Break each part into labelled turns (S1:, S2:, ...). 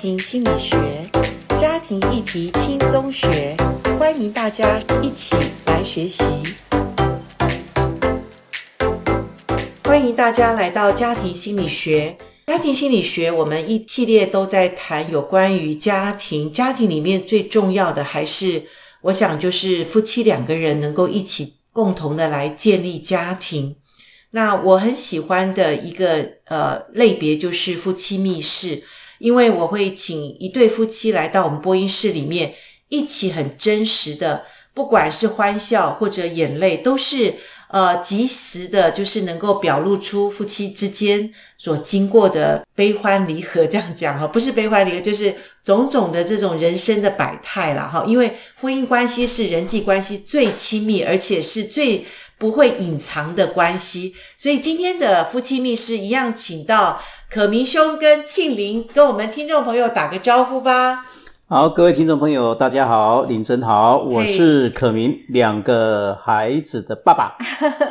S1: 庭心理学，家庭议题轻松学，欢迎大家一起来学习。欢迎大家来到家庭心理学。家庭心理学，我们一系列都在谈有关于家庭，家庭里面最重要的还是，我想就是夫妻两个人能够一起共同的来建立家庭。那我很喜欢的一个呃类别就是夫妻密室，因为我会请一对夫妻来到我们播音室里面，一起很真实的，不管是欢笑或者眼泪，都是呃及时的，就是能够表露出夫妻之间所经过的悲欢离合。这样讲哈，不是悲欢离合，就是种种的这种人生的百态啦哈。因为婚姻关系是人际关系最亲密，而且是最。不会隐藏的关系，所以今天的夫妻密室一样，请到可明兄跟庆林跟我们听众朋友打个招呼吧。
S2: 好，各位听众朋友，大家好，林真好，我是可明，两个孩子的爸 爸。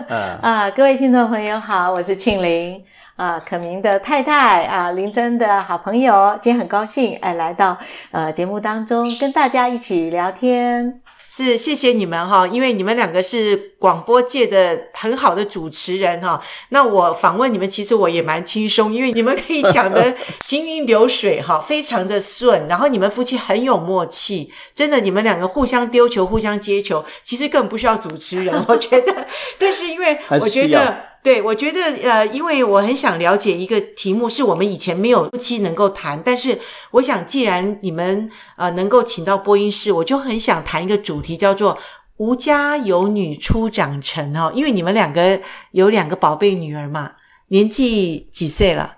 S3: 呃、啊，各位听众朋友好，我是庆林啊，可明的太太啊，林真的好朋友，今天很高兴哎来到呃节目当中跟大家一起聊天。
S1: 是，谢谢你们哈，因为你们两个是广播界的很好的主持人哈。那我访问你们，其实我也蛮轻松，因为你们可以讲的 行云流水哈，非常的顺。然后你们夫妻很有默契，真的，你们两个互相丢球、互相接球，其实更不需要主持人， 我觉得。但是因为我觉得，对我觉得呃，因为我很想了解一个题目，是我们以前没有夫妻能够谈，但是我想，既然你们呃能够请到播音室，我就很想谈一个主。题叫做“吴家有女初长成”哦，因为你们两个有两个宝贝女儿嘛，年纪几岁了？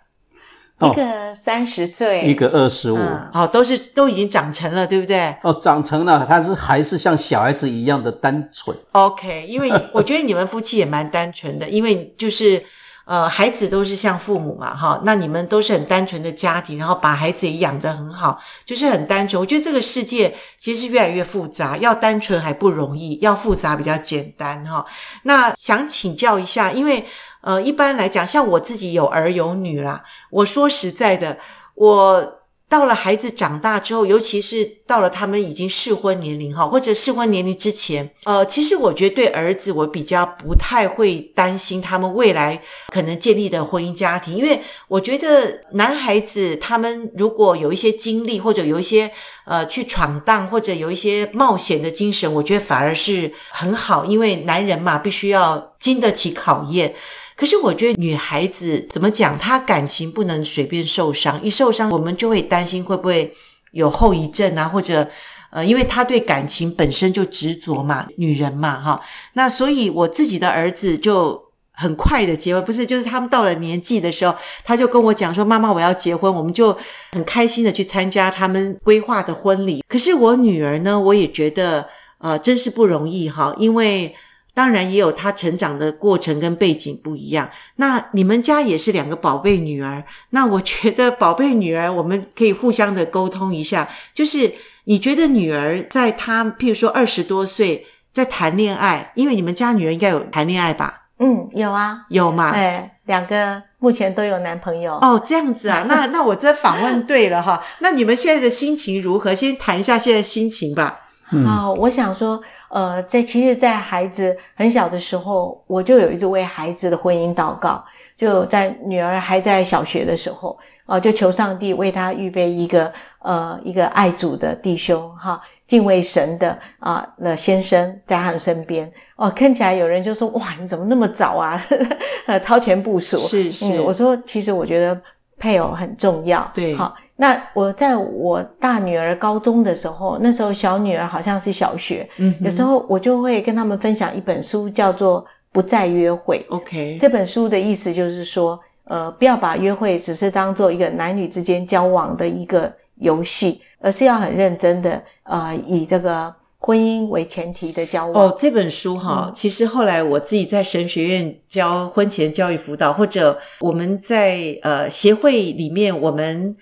S3: 一个三十岁，
S2: 哦
S3: 啊
S2: 一个二十五，
S1: 哦，都是都已经长成了，对不对？
S2: 哦，长成了，他是还是像小孩子一样的单纯。
S1: OK，因为我觉得你们夫妻也蛮单纯的，因为就是。呃，孩子都是像父母嘛，哈，那你们都是很单纯的家庭，然后把孩子也养得很好，就是很单纯。我觉得这个世界其实越来越复杂，要单纯还不容易，要复杂比较简单，哈。那想请教一下，因为呃，一般来讲，像我自己有儿有女啦，我说实在的，我。到了孩子长大之后，尤其是到了他们已经适婚年龄哈，或者适婚年龄之前，呃，其实我觉得对儿子我比较不太会担心他们未来可能建立的婚姻家庭，因为我觉得男孩子他们如果有一些经历或者有一些呃去闯荡或者有一些冒险的精神，我觉得反而是很好，因为男人嘛必须要经得起考验。可是我觉得女孩子怎么讲，她感情不能随便受伤，一受伤我们就会担心会不会有后遗症啊，或者呃，因为她对感情本身就执着嘛，女人嘛哈。那所以我自己的儿子就很快的结婚，不是就是他们到了年纪的时候，他就跟我讲说：“妈妈，我要结婚。”我们就很开心的去参加他们规划的婚礼。可是我女儿呢，我也觉得呃，真是不容易哈，因为。当然也有她成长的过程跟背景不一样。那你们家也是两个宝贝女儿，那我觉得宝贝女儿我们可以互相的沟通一下，就是你觉得女儿在她譬如说二十多岁在谈恋爱，因为你们家女儿应该有谈恋爱吧？
S3: 嗯，有啊，
S1: 有嘛？
S3: 哎，两个目前都有男朋友。
S1: 哦，这样子啊， 那那我这访问对了哈。那你们现在的心情如何？先谈一下现在心情吧。
S3: 啊、嗯哦，我想说，呃，在其实，在孩子很小的时候，我就有一直为孩子的婚姻祷告。就在女儿还在小学的时候，哦、呃，就求上帝为她预备一个呃一个爱主的弟兄哈，敬畏神的啊的、呃、先生在他身边。哦、呃，看起来有人就说哇，你怎么那么早啊？ 呃超前部署。
S1: 是是、
S3: 嗯，我说其实我觉得配偶很重要。
S1: 对，
S3: 好。那我在我大女儿高中的时候，那时候小女儿好像是小学，嗯，有时候我就会跟他们分享一本书，叫做《不再约会》。
S1: OK，
S3: 这本书的意思就是说，呃，不要把约会只是当做一个男女之间交往的一个游戏，而是要很认真的，呃，以这个婚姻为前提的交往。
S1: 哦，这本书哈，嗯、其实后来我自己在神学院教婚前教育辅导，或者我们在呃协会里面，我们。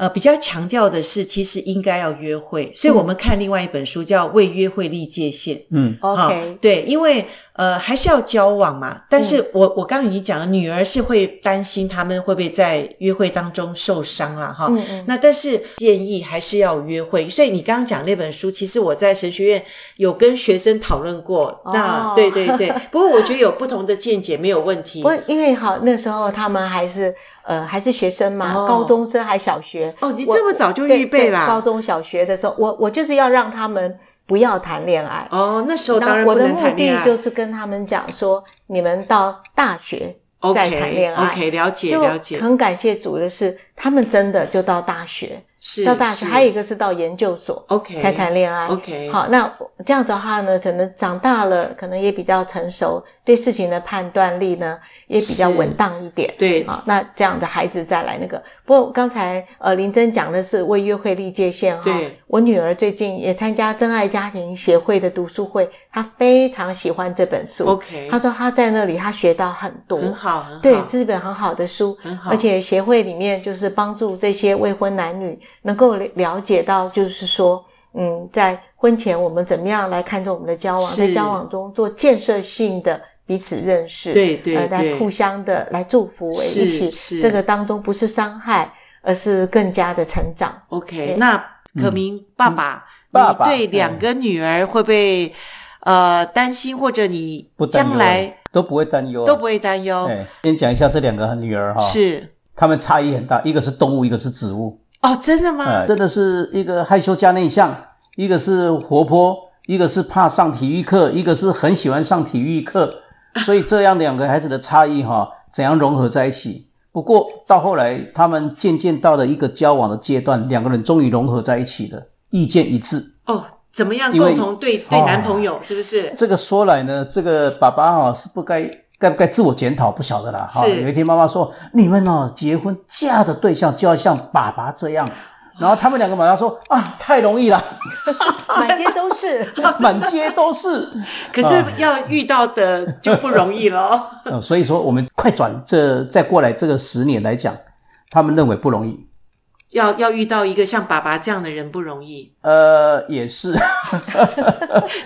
S1: 呃，比较强调的是，其实应该要约会，所以我们看另外一本书叫《为约会立界限》。
S2: 嗯
S3: ，OK，
S1: 对，因为。呃，还是要交往嘛。但是我、我刚刚已经讲了，女儿是会担心他们会不会在约会当中受伤了哈。
S3: 嗯嗯，
S1: 那但是建议还是要约会，所以你刚刚讲那本书，其实我在神学院有跟学生讨论过。
S3: 哦
S1: 那对对 对，不过我觉得有不同的见解没有问题
S3: 不。过因为好那时候他们还是呃还是学生嘛，
S1: 哦
S3: 高中生还小学。
S1: 哦你
S3: 我
S1: 这么早就
S3: 对
S1: 预备
S3: 对
S1: 啦
S3: 高中小学的时候，我我就是要让他们不要谈恋爱。
S1: 哦，那时候当
S3: 那
S1: 然
S3: 我
S1: 不
S3: 的
S1: 能
S3: 目
S1: 谈恋
S3: 的
S1: 爱。
S3: 就是跟他们讲说，你们到大学再谈恋爱。
S1: OK，OK，了解
S3: 就
S1: 了解
S3: 很感谢主的是，他们真的就到大学，
S1: 是
S3: 到大学，
S1: 是
S3: 还有一个是到研究所
S1: OK
S3: 才谈恋爱。
S1: OK
S3: 好，那这样子的话呢，可能长大了，可能也比较成熟，对事情的判断力呢也比较
S1: 是
S3: 稳当一点。
S1: 对
S3: 好，那这样的孩子再来那个。不过刚才呃林真讲的是为约会立界限哈。
S1: 对。
S3: 我女儿最近也参加真爱家庭协会的读书会，她非常喜欢这本书。
S1: OK，
S3: 她说她在那里她学到很多。
S1: 很好很好，
S3: 对，这是本很好的书，
S1: 很好
S3: 而且协会里面就是帮助这些未婚男女能够了了解到，就是说，嗯，在婚前我们怎么样来看重我们的交往，
S1: 是
S3: 在交往中做建设性的彼此认识，
S1: 对对
S3: 呃，来
S1: 对
S3: 互相的来祝福，
S1: 是
S3: 一起
S1: 是
S3: 这个当中不是伤害，而是更加的成长。
S1: OK，
S3: 对
S1: 那可明爸爸，
S2: 嗯爸爸哎
S1: 你对两个女儿会不会呃担心，或者你
S2: 不担忧啊
S1: 将来
S2: 都不会担忧啊、
S1: 都不会担忧？
S2: 哎，先讲一下这两个女儿哈、，
S1: 是
S2: 她们差异很大，一个是动物，一个是植物。
S1: 哦，真的吗
S2: 呃，？真的是一个害羞加内向，一个是活泼，一个是怕上体育课，一个是很喜欢上体育课，所以这样两个孩子的差异哈、怎样融合在一起？不过到后来，他们渐渐到了一个交往的阶段，两个人终于融合在一起了，意见一致。
S1: 哦，怎么样
S2: 因为
S1: 共同对对
S2: 哦嗯
S1: 男朋友是不是？
S2: 这个说来呢，这个爸爸哈、是不该该不该自我检讨，不晓得啦哈。
S1: 是
S2: 有一天妈妈说，你们哦结婚嫁的对象就要像爸爸这样，然后他们两个马上说啊太容易了，
S3: 满街都 是，
S2: 满街都是。
S1: 可是要遇到的就不容易了哦。
S2: 呃，所以说我们快转这再过来这个十年来讲，他们认为不容易。
S1: 要要遇到一个像爸爸这样的人不容易，
S2: 呃，也 是，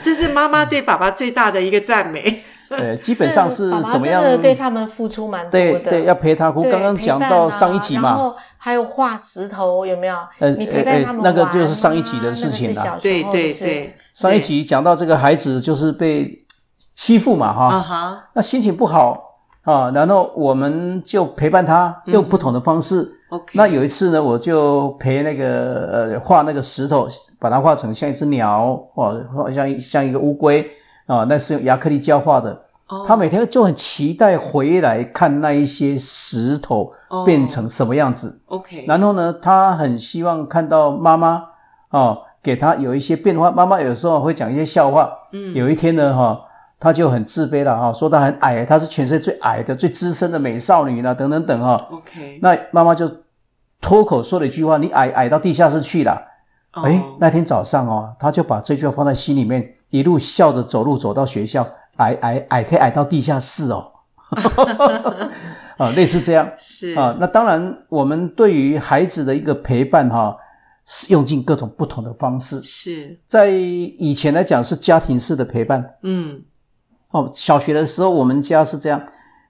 S1: 这是妈妈对爸爸最大的一个赞美。
S2: 呃，基本上是
S3: 爸爸
S2: 怎么样？
S3: 真的对他们付出蛮多
S2: 对
S3: 的。
S2: 对，要陪他哭。
S3: 对
S2: 刚刚
S3: 陪
S2: 讲
S3: 伴
S2: 到
S3: 啊
S2: 上一集
S3: 然
S2: 嘛，
S3: 后还有画石头，有没有？
S2: 呃
S3: 你陪
S2: 呃
S3: 伴
S2: 呃
S3: 他们、玩啊啊
S2: 那个就是上一集的事情啊啦
S3: 那个是小时候
S1: 对对
S2: 哦
S3: 的事
S1: 对，
S2: 上一
S1: 对
S2: 集讲到这个孩子就是被欺负嘛，哈，
S1: 啊哈，
S2: 那心情不好啊，然后我们就陪伴他，
S3: 嗯
S2: 用不同的方式。
S1: OK
S2: 那有一次呢，我就陪那个呃画那个石头，把它画成像一只鸟，哦，画像一像一个乌龟啊，那是用亚克力胶画的。
S1: 哦
S2: 他每天就很期待回来看那一些石头
S1: 哦
S2: 变成什么样子。
S1: OK，
S2: 然后呢，他很希望看到妈妈哦，给他有一些变化。妈妈有时候会讲一些笑话。
S1: 嗯
S2: 有一天呢，哈、他就很自卑了哈、说他很矮，他是全世界最矮的、最资深的美少女呢，等等等哦哈、
S1: OK，
S2: 那妈妈就脱口说了一句话：“你矮矮到地下室去了。”
S1: 哦
S2: 哎，那天早上哦，他就把这句话放在心里面，一路笑着走路走到学校，矮矮矮可以矮到地下室 哦，啊，类似这样。
S1: 是
S2: 啊，那当然，我们对于孩子的一个陪伴哈、是用尽各种不同的方式。
S1: 是，
S2: 在以前来讲是家庭式的陪伴
S1: 嗯，
S2: 哦，小学的时候我们家是这样，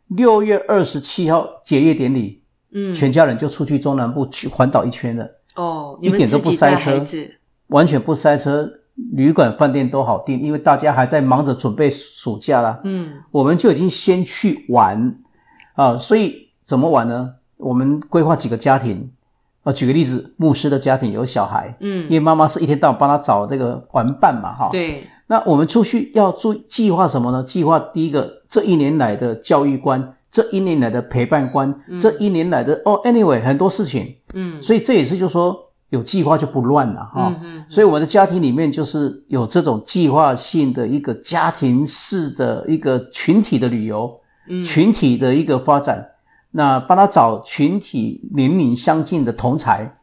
S2: 六月二十七号结业典礼，
S1: 嗯，
S2: 全家人就出去中南部去环岛一圈了，
S1: 哦，
S2: 一点都不塞车
S1: 你们自己带孩子
S2: 完全不塞车，旅馆饭店都好订，因为大家还在忙着准备暑假啦。
S1: 嗯
S2: 我们就已经先去玩啊，所以怎么玩呢？我们规划几个家庭啊，举个例子，牧师的家庭有小孩，因为
S1: 嗯，
S2: 妈妈是一天到晚帮他找这个玩伴嘛，哈。。
S1: 对，
S2: 那我们出去要注计划什么呢？计划第一个，这一年来的教育观，这一年来的陪伴观，
S1: 嗯
S2: 这一年来的哦，anyway 很多事情，
S1: 嗯，
S2: 所以这也是就说有计划就不乱了哈。
S1: 嗯嗯，
S2: 所以我的家庭里面就是有这种计划性的一个家庭式的一个群体的旅游，
S1: 以
S2: 群体的一个发展，那帮他找群体年龄相近的同才。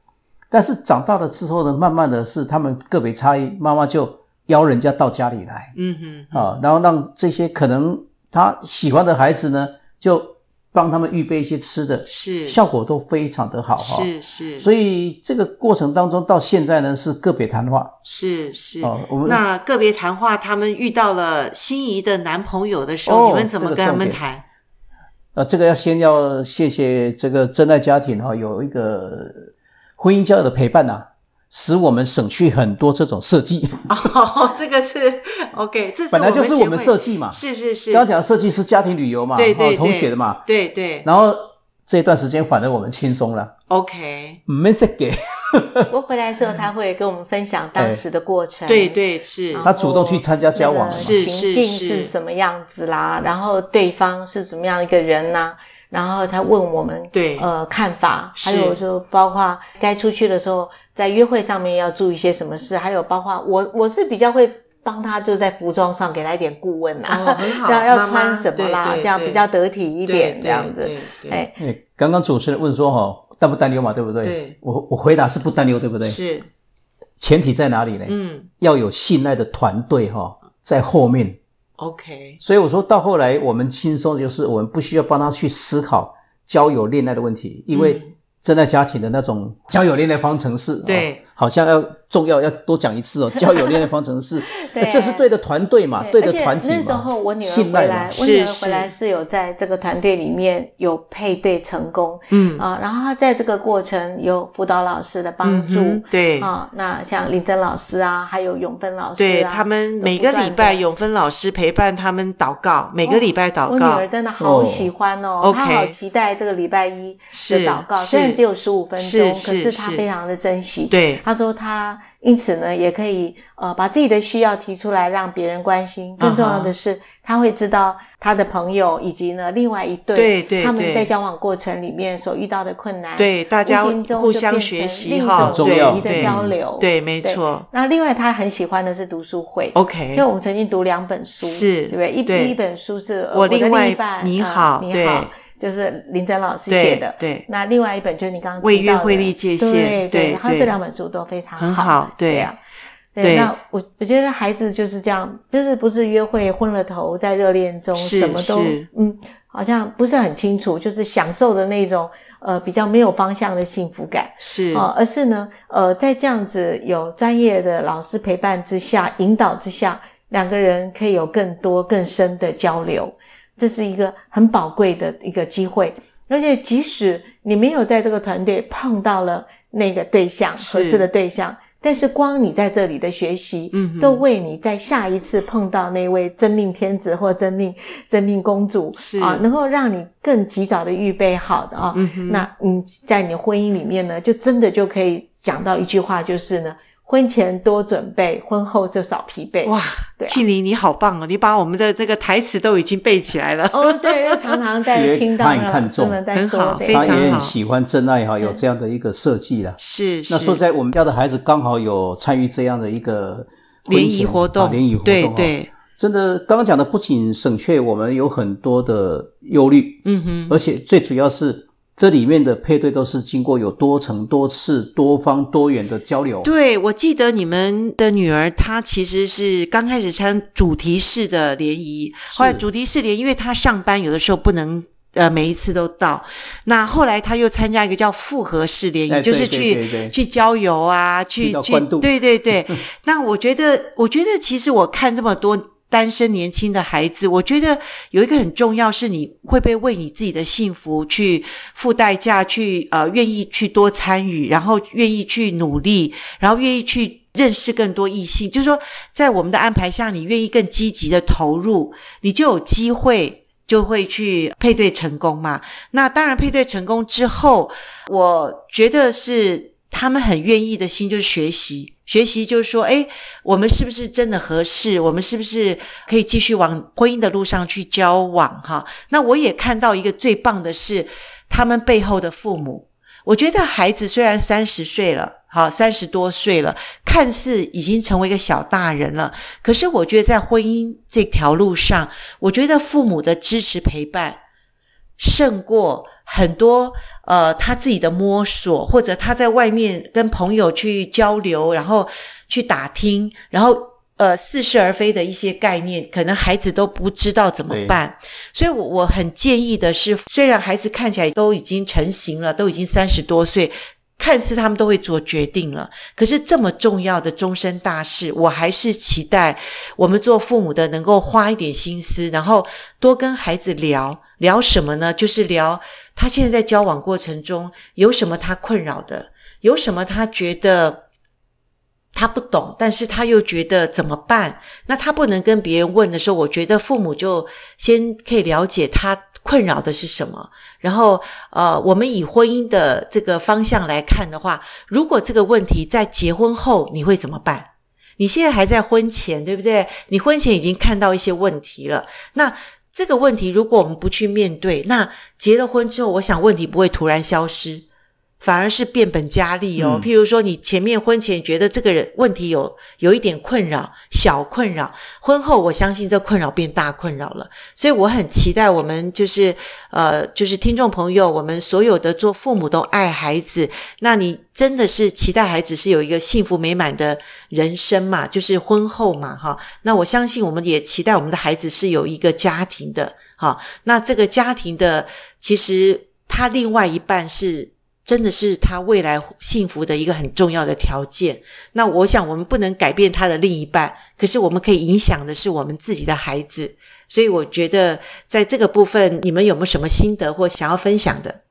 S2: 但是长大了之后呢，慢慢的是他们个别差异，妈妈就邀人家到家里来啊
S1: 嗯嗯嗯
S2: 啊，然后让这些可能他喜欢的孩子呢，就帮他们预备一些吃的，
S1: 是
S2: 效果都非常的好哈。
S1: 是是，
S2: 所以这个过程当中到现在呢是个别谈话
S1: 是是。
S2: 哦，我们
S1: 那个别谈话，他们遇到了心仪的男朋友的时候，
S2: 哦
S1: 你们怎么
S2: 这个
S1: 跟他
S2: 重
S1: 们
S2: 点
S1: 谈？
S2: 呃这个要先要谢谢这个真爱家庭哈、有一个婚姻教育的陪伴呐、使我们省去很多这种设计，
S1: 哦，这个是 OK，这是
S2: 本来就是
S1: 我
S2: 我
S1: 们
S2: 们
S1: 协会
S2: 设计嘛。
S1: 是是是，
S2: 刚刚讲设计是家庭旅游嘛，
S1: 对对
S2: 哦同
S1: 对
S2: 学的嘛，
S1: 对对
S2: 然后这段时间反而我们轻松了，
S1: ，OK，
S2: 没事给，
S3: 我回来的时候，他会跟我们分享当时的过程，
S1: 对对是，
S3: 然后
S2: 他主动去参加哎交往了
S1: 哦
S2: 嘛。
S1: 是
S3: 情境
S1: 是是
S3: 是什么样子啦，然后对方是怎么样一个人呐、然后他问我们
S1: 对
S3: 呃看法，
S1: 是
S3: 还有就包括该出去的时候，在约会上面要注意些什么事，还有包括我我是比较会帮他就在服装上给他一点顾问啊，
S1: 哦，很好，
S3: 这样要
S1: 妈妈
S3: 穿什么啦，
S1: 对对
S3: 这样
S1: 对
S3: 比较得体一点，
S1: 对
S3: 这样子。
S1: 对对，
S3: 哎，，
S2: 哎，刚刚主持人问说哈，担不担忧嘛，对不对？
S1: 对
S2: 我我回答是不担忧，对不对？
S1: 是，
S2: 前提在哪里呢？
S1: 嗯
S2: 要有信赖的团队哈、在后面。
S1: ，OK，
S2: 所以我说到后来，我们轻松就是我们不需要帮他去思考交友恋爱的问题，因
S1: 嗯
S2: 为真爱家庭的那种交友恋爱方程式，
S1: 对
S2: 哦好像要重要要多讲一 次哦，交友恋爱方程式
S3: 对
S2: 哎这是对的团队
S1: 啊
S2: 嘛，
S3: 对
S2: 的团体
S3: 而
S2: 嘛，
S3: 且那时候我女儿
S2: 信
S3: 回
S2: 赖
S3: 来
S2: 嘛，，
S3: 我
S1: 是
S3: 女儿
S1: 是
S3: 回来是有在这个团队里面有配对成功
S1: 嗯
S3: 啊、然后她在这个过程有辅导老师的帮
S1: 嗯
S3: 助。
S1: 哼，对。
S3: 啊、那像林真老师啊，还有永芬老师、啊，
S1: 对他们
S3: 都
S1: 每
S3: 不
S1: 个
S3: 断
S1: 礼拜
S3: 地哦
S1: 永芬老师陪伴他们祷告，每个礼拜
S3: 我
S1: 祷
S3: 女
S1: 告
S3: 儿真的好
S2: 哦
S3: 喜欢哦，
S1: OK
S3: 她好期待这个礼拜一的
S1: 是
S3: 祷告，
S1: 是
S3: 虽然只有十五分
S1: 是
S3: 钟，
S1: 是
S3: 可是她
S1: 是
S3: 非常的珍惜。
S1: 对
S3: 她说她因此呢，也可以呃把自己的需要提出来，让别人关心。
S1: 啊
S3: 更重要的是，她会知道她的朋友以及呢另外一对
S1: 对对
S3: 他们
S1: 对
S3: 在交往过程里面所遇到的困难，，
S1: 对大家
S3: 无形中
S1: 互
S3: 就
S1: 相
S3: 变
S1: 学
S3: 成
S1: 习
S3: 另一
S1: 哈，
S3: 种
S2: 重
S1: 对
S2: 要
S3: 友谊的
S1: 对
S3: 交流。
S1: 对，没
S3: 对
S1: 错
S3: 那另外，她很喜欢的是读书会。因为
S1: ，OK，
S3: 我们曾经读两本书，
S1: 是
S3: 对不对？一
S1: 对
S3: 一本书是呃
S1: 我
S3: 的
S1: 另外
S3: 另一半
S1: 你
S3: 呃
S1: 好
S3: 你
S1: 对
S3: 好，就是林真老师写
S1: 对
S3: 的。
S1: 对，
S3: 那另外一本就是你刚刚
S1: 为
S3: 提到
S1: 约
S3: 的
S1: 会立界限
S3: 对
S1: 对
S3: 然后
S1: 对
S3: 这两本书都非常
S1: 很好，
S3: 对
S1: 对
S3: 啊。
S1: 对
S3: 对，那我我觉得孩子就是这样，就是不是约会昏了头，在热恋中
S1: 是
S3: 什么都
S1: 是
S3: 嗯，好像不是很清楚，就是享受的那种呃比较没有方向的幸福感。
S1: 是
S3: 哦，而是呢，呃，在这样子有专业的老师陪伴之下、引导之下，两个人可以有更多更深的交流，这是一个很宝贵的一个机会。而且，即使你没有在这个团队碰到了那个对象
S1: 是
S3: 合适的对象，但是光你在这里的学习，
S1: 嗯哼
S3: 都为你在下一次碰到那位真命天子或真命真命公主
S1: 是
S3: 啊，能够让你更及早的预备好的啊，
S1: 嗯哼
S3: 那你在你的婚姻里面呢，就真的就可以讲到一句话，就是呢，婚前多准备，婚后就少疲惫。
S1: 哇，
S3: 对啊
S1: 庆玲你好棒哦，你把我们的这个台词都已经背起来了。
S3: 哦，对，又常常在
S2: 也
S3: 听到
S2: 他很
S3: 老
S2: 看
S3: 师们
S2: 重
S3: 在
S1: 很
S3: 说
S1: 好
S3: 的，
S1: 非
S2: 他
S1: 常
S2: 也
S1: 好嗯
S2: 很喜欢真爱哈、有这样的一个设计啦。
S1: 是是，
S2: 那说实在我们家的孩子刚好有参与这样的一个婚
S1: 联谊
S2: 前
S1: 活动，
S2: 啊联谊活动、
S1: 对，对，
S2: 真的刚刚讲的不仅省却我们有很多的忧虑，
S1: 嗯哼，
S2: 而且最主要是这里面的配对都是经过有多层、多次、多方、多元的交流。
S1: 对，我记得你们的女儿她其实是刚开始参主题式的联谊，后来
S2: 是
S1: 主题式联谊，因为她上班有的时候不能。呃，每一次都到。那后来她又参加一个叫复合式联谊，
S2: 哎
S1: 就是
S2: 对
S1: 去
S2: 对对对
S1: 去郊游啊，去
S2: 去到
S1: 去
S2: 关渡
S1: 对对 对。那我觉得，我觉得其实我看这么多单身年轻的孩子，我觉得有一个很重要是，你会不会为你自己的幸福去付代价，去呃愿意去多参与，然后愿意去努力，然后愿意去。认识更多异性，就是说，在我们的安排下，你愿意更积极的投入，你就有机会就会去配对成功嘛。那当然，配对成功之后，我觉得是他们很愿意的心，就是学习。学习就是说，哎，我们是不是真的合适？我们是不是可以继续往婚姻的路上去交往？哈，那我也看到一个最棒的是，他们背后的父母。我觉得孩子虽然三十岁了，好三十多岁了，看似已经成为一个小大人了，可是我觉得在婚姻这条路上，我觉得父母的支持陪伴，胜过很多呃他自己的摸索，或者他在外面跟朋友去交流，然后去打听，然后呃似是而非的一些概念，可能孩子都不知道怎么办。所以我，我很建议的是，虽然孩子看起来都已经成型了，都已经三十多岁，看似他们都会做决定了，可是这么重要的终身大事，我还是期待我们做父母的能够花一点心思，然后多跟孩子聊聊什么呢？就是聊他现在在交往过程中有什么他困扰的，有什么他觉得。他不懂，但是他又觉得怎么办？那他不能跟别人问的时候，我觉得父母就先可以了解他困扰的是什么。然后，呃，我们以婚姻的这个方向来看的话，如果这个问题在结婚后，你会怎么办？你现在还在婚前，对不对？你婚前已经看到一些问题了，那。这个问题，如果我们不去面对，那结了婚之后，我想问题不会突然消失。反而是变本加厉哦。
S2: 嗯
S1: 譬如说，你前面婚前觉得这个人问题有有一点困扰，小困扰，婚后我相信这困扰变大困扰了。所以我很期待我们就是呃，就是听众朋友，我们所有的做父母都爱孩子，那你真的是期待孩子是有一个幸福美满的人生嘛？就是婚后嘛，哈。那我相信我们也期待我们的孩子是有一个家庭的，哈。那这个家庭的其实他另外一半是真的是他未来幸福的一个很重要的条件。那我想我们不能改变他的另一半，可是我们可以影响的是我们自己的孩子。所以我觉得在这个部分，你们有没有什么心得或想要分享的？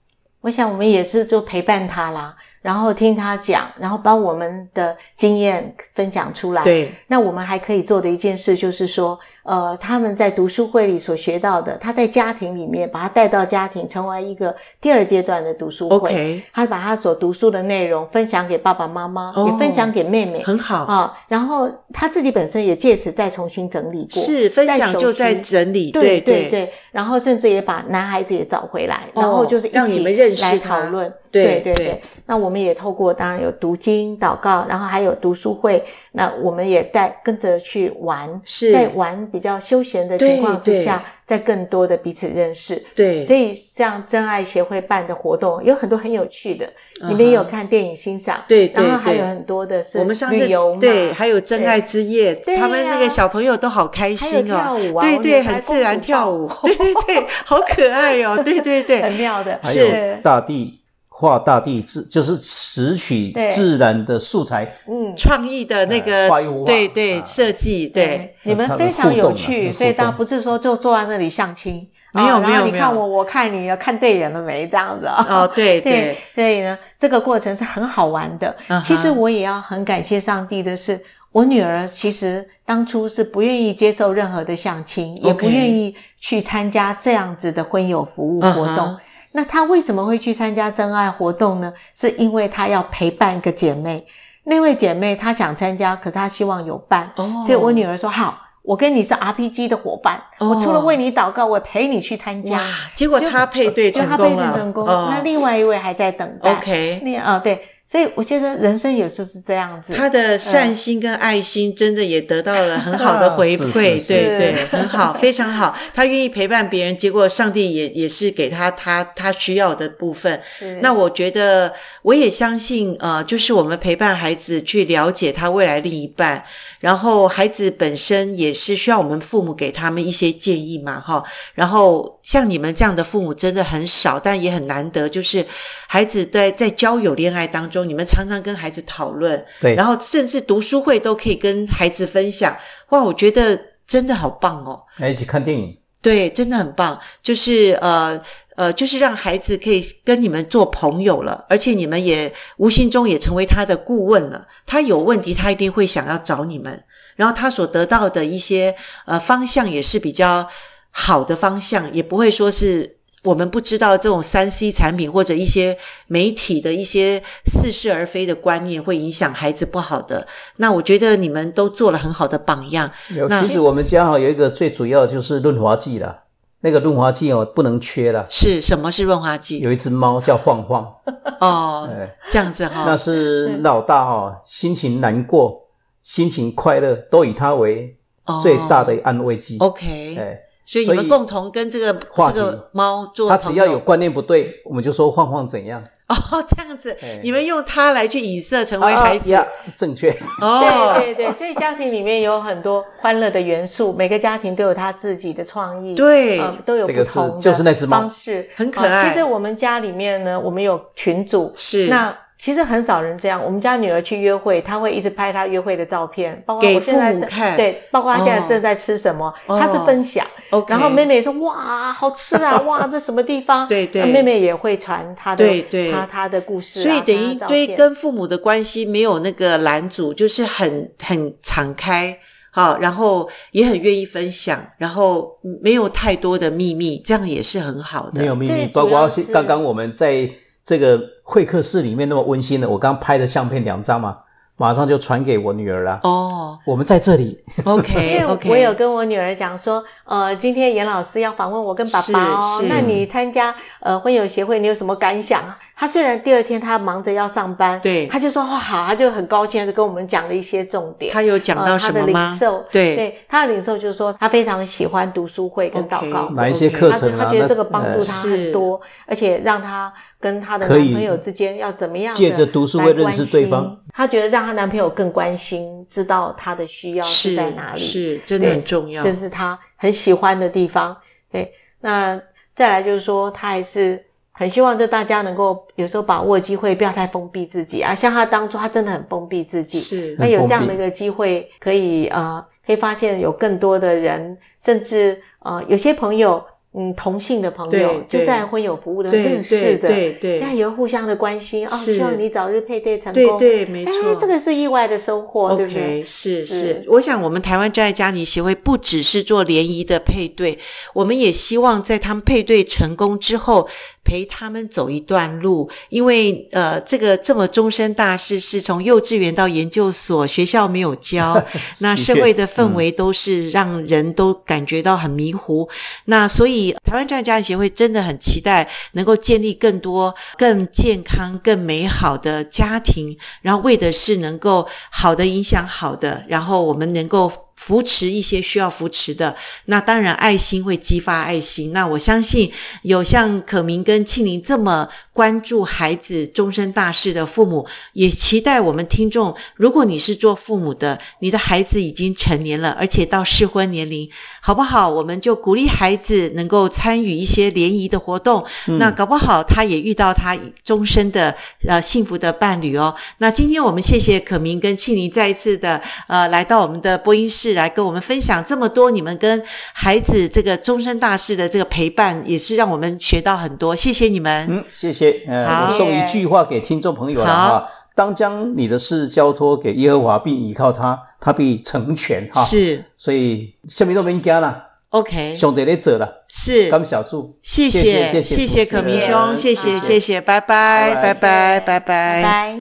S3: 我想我们也是就陪伴他啦，然后听他讲，然后把我们的经验分享出来。
S1: 对，
S3: 那我们还可以做的一件事就是说，呃，他们在读书会里所学到的，他在家庭里面把他带到家庭，成为一个第二阶段的读书会。
S1: OK
S3: 他把他所读书的内容分享给爸爸妈妈，
S1: 哦
S3: 也分享给妹妹。
S1: 很好，
S3: 啊，然后他自己本身也借此再重新整理过，
S1: 是分
S3: 再
S1: 享
S3: 熟
S1: 就在
S3: 悉
S1: 整理，
S3: 对
S1: 对
S3: 对，然后甚至也把男孩子也找回来，
S1: 哦
S3: 然后就是一
S1: 让你
S3: 起
S1: 们认识
S3: 来
S1: 他
S3: 讨论。
S1: 对
S3: 对
S1: 对
S3: 那我们也透过当然有读经、祷告，然后还有读书会，那我们也带跟着去玩，
S1: 是
S3: 在玩比较休闲的
S1: 对
S3: 情况之下，在更多的彼此认识。
S1: 对
S3: 所以像真爱协会办的活动有很多很有趣的，
S1: 嗯
S3: 你们也有
S1: 哼
S3: 看电影欣赏，
S1: 对对
S3: 然后还
S1: 对
S3: 有很多的是
S1: 我们上次
S3: 旅游嘛，
S1: 对，还有真爱之夜，
S3: 对
S1: 他们那个
S3: 呀
S1: 小朋友都好开
S3: 还
S1: 心
S3: 有
S1: 哦，
S3: 跳舞啊
S1: 对
S3: 我
S1: 对，
S3: 们还
S1: 很自
S3: 公
S1: 然
S3: 主
S1: 跳
S3: 抱
S1: 舞，对对对， 好可爱哦，对对
S3: 很
S1: 对，
S3: 妙的，
S2: 还
S3: 对
S2: 有大地画大地自，就是拾取
S3: 对
S2: 自然的素材，
S3: 嗯。
S1: 创意的那
S2: 呃
S1: 个
S2: 画一幅，画
S1: 对对，
S2: 啊
S1: 设计， 对，
S3: 你们
S2: 它的
S3: 非常
S2: 互
S3: 有
S2: 动啊它
S3: 趣，
S2: 的
S3: 所以
S2: 互
S3: 大家
S2: 动
S3: 不是说就坐在那里相亲，
S1: 没有
S3: 啊
S1: 没
S3: 然
S1: 有
S3: 后你
S1: 没
S3: 看
S1: 有
S3: 我，我看你，看对眼了没这样子啊。
S1: 哦，对
S3: 对
S1: 对，，
S3: 所以呢，这个过程是很好玩的。
S1: 嗯哼
S3: 其实我也要很感谢上帝的是，我女儿其实当初是不愿意接受任何的相亲，也不
S1: OK
S3: 愿意去参加这样子的婚友服务
S1: 嗯
S3: 活动
S1: 哼。
S3: 那她为什么会去参加真爱活动呢？是因为她要陪伴一个姐妹，那位姐妹她想参加，可是她希望有伴，
S1: 哦
S3: 所以我女儿说好。我跟你是 RPG 的伙伴，
S1: 哦
S3: 我除了为你祷告，我也陪你去参加
S1: 哇。，结果
S3: 就
S1: 他配对
S3: 就
S1: 成
S3: 他被
S1: 功
S3: 认
S1: 了，
S3: 成功，
S1: 哦
S3: 那另外一位还在等待。
S1: OK
S3: 那啊、对，所以我觉得人生有时候是这样子。
S1: 他的善心跟爱心真的也得到了很好 的回
S2: 是是
S1: 馈，
S2: 是
S1: 对对
S3: 是，
S1: 很好，非常好。他愿意陪伴别人，结果上帝也也是给他他他需要的部分。
S3: 是
S1: 那我觉得，我也相信，呃，就是我们陪伴孩子去了解他未来另一半，然后孩子本身也是需要我们父母给他们一些建议嘛，哈。然后像你们这样的父母真的很少，但也很难得，就是孩子在在交友恋爱当中，你们常常跟孩子讨论，
S2: 对，
S1: 然
S2: 后
S1: 后甚至读书会都可以跟孩子分享。哇，我觉得真的好棒哦！
S2: 来一起看电影，
S1: 对，真的很棒，就是呃呃，就是让孩子可以跟你们做朋友了，而且你们也无形中也成为他的顾问了。他有问题，他一定会想要找你们，然后他所得到的一些呃方向也是比较好的方向，也不会说是。我们不知道这种三 C 产品或者一些媒体的一些似是而非的观念会影响孩子不好的。那我觉得你们都做了很好的榜样。
S2: 有
S1: 那
S2: 其实我们家哈有一个最主要就是润滑剂啦，那个润滑剂哦不能缺啦。
S1: 是什么是润滑剂？
S2: 有一只猫叫晃晃，
S1: 哦，
S2: 哎，
S1: 这样子哈、
S2: 那是老大哈、心情难过、心情快乐都以它为
S1: 哦，
S2: 最大的安慰剂。
S1: OK，
S2: 哎，
S1: 所以你
S2: 所
S1: 们
S2: 以
S1: 共同跟这个
S2: 话
S1: 这个
S2: 题
S1: 猫做
S2: 他
S1: 朋友。
S2: 只要有观念不对，我们就说晃晃怎样，
S1: 哦，这样子
S2: 哎，
S1: 你们用它来去以色成为孩子、
S2: 啊呀正确。
S1: 哦。
S3: 对对对，所以家庭里面有很多欢乐的元素，每个家庭都有他自己的创意，
S1: 对
S3: 呃都有
S2: 这
S3: 不
S2: 个是
S3: 同的
S2: 就是那只猫
S3: 方式，
S1: 很可
S3: 呃
S1: 爱
S3: 其实我们家里面呢，我们有群组，
S1: 是
S3: 那其实很少人这样。我们家女儿去约会，她会一直拍她约会的照片，包括
S1: 给
S3: 我现在
S1: 父母
S3: 正
S1: 看
S3: 对，包括她现在
S1: 哦
S3: 正在吃什么，
S1: 哦
S3: 她是分享。
S1: OK，
S3: 然后妹妹也说哇，好吃啊，哇，这什么地 方？
S1: 对对
S3: 那妹妹也会传她的
S1: 对对
S3: 她她的故事啊，
S1: 所以等于
S3: 她的照
S1: 对
S3: 片
S1: 跟父母的关系没有那个拦阻，就是很很敞开，好、然后也很愿意分享，然后没有太多的秘密，这样也是很好的。
S2: 没有秘
S3: 最
S2: 密，
S3: 主
S2: 包
S3: 要
S2: 括
S3: 是
S2: 刚刚我们在这个会客室里面那么温馨的，我刚拍的相片两张嘛，马上就传给我女儿了。
S1: 哦
S2: 我们在这里，
S1: ，OK
S3: 因为
S1: OK，
S3: 我有跟我女儿讲说，呃，今天严老师要访问我跟爸爸哦
S1: 是，是
S3: 那你参加呃婚友协会，你有什么感想啊？她虽然第二天她忙着要上班，
S1: 对
S3: 她就说哇，她就很高兴，就跟我们讲了一些重点。
S1: 他有讲到什么
S3: 呃、她的
S1: 吗
S3: 领？受，
S1: 对
S3: 对，她的领受就是说，她非常喜欢读书会跟
S1: OK
S3: 祷告。
S2: 哪一
S1: OK
S2: 些课
S3: 她
S2: 程啊？
S3: 她觉得
S2: 那
S3: 这个帮助
S2: 呃
S3: 她
S1: 是
S3: 很多，而且让她跟她的
S2: 可
S3: 男
S2: 以
S3: 朋友之间要怎么样
S2: 借
S3: 地
S2: 着读书
S3: 来
S2: 会认
S3: 关
S2: 识对
S3: 心
S2: 方。
S3: 她觉得让她男朋友更关心，知道她的需要
S1: 是
S3: 在哪里。
S1: 是，真的
S3: 对
S1: 很重要
S3: 这。是他很喜欢的地方。对，那再来就是说，他还是很希望就大家能够有时候把握机会，不要太封闭自己啊。像他当初，他真的很封闭自己，哎
S1: 是
S3: 那有这样
S2: 很
S3: 的
S2: 封闭
S3: 一个机会，可以呃，可以发现有更多的人，甚至呃，有些朋友，嗯，同性的朋友
S1: 对
S3: 就
S1: 对
S3: 在婚友服务的
S1: 对
S3: 认识
S1: 对
S3: 的，
S1: 对对
S3: 那也会互相的关心哦，
S1: 是
S3: 希望你早日配对成
S1: 对
S3: 功。
S1: 对，没
S3: 哎
S1: 错，，
S3: 这个是意外的收获，对不对？嗯
S1: OK，是
S3: 是
S1: 是，我想我们台湾真爱家庭协会不只是做联谊的配对，我们也希望在他们配对成功之后，陪他们走一段路，因为呃，这个这么终身大事是从幼稚园到研究所，学校没有 教，那
S2: 的
S1: 社
S2: 确
S1: 会的氛
S2: 嗯
S1: 围都是让人都感觉到很迷糊。那所以台湾真爱家庭协会真的很期待能够建立更多更健康、更美好的家庭，然后为的是能够好的影响好的，然后我们能够扶持一些需要扶持的。那当然，爱心会激发爱心。那我相信有像可明跟庆玲这么关注孩子终身大事的父母，也期待我们听众，如果你是做父母的，你的孩子已经成年了，而且到适婚年龄，好不好？我们就鼓励孩子能够参与一些联谊的活动，
S2: 嗯
S1: 那搞不好他也遇到他终身的呃幸福的伴侣哦。那今天我们谢谢可明跟庆玲再一次的呃来到我们的播音室来跟我们分享这么多你们跟孩子这个终身大事的这个陪伴，也是让我们学到很多，谢谢你们。
S2: 嗯，谢谢。呃，
S1: 好
S2: 我送一句话给听众朋友了哈：当将你的事交托给耶和华，并依靠他，他必成全哈。，
S1: 是
S2: 所以什么都免惊啦，
S1: OK，
S2: 上帝在做了，
S1: 是
S2: 感谢主。
S1: 谢
S2: 谢谢
S1: 谢
S2: 谢
S1: 谢可
S2: 主持
S1: 明
S2: 人
S1: 兄，谢谢
S3: 谢谢
S1: 谢谢，拜拜
S2: 拜
S1: 拜拜拜
S3: 拜拜。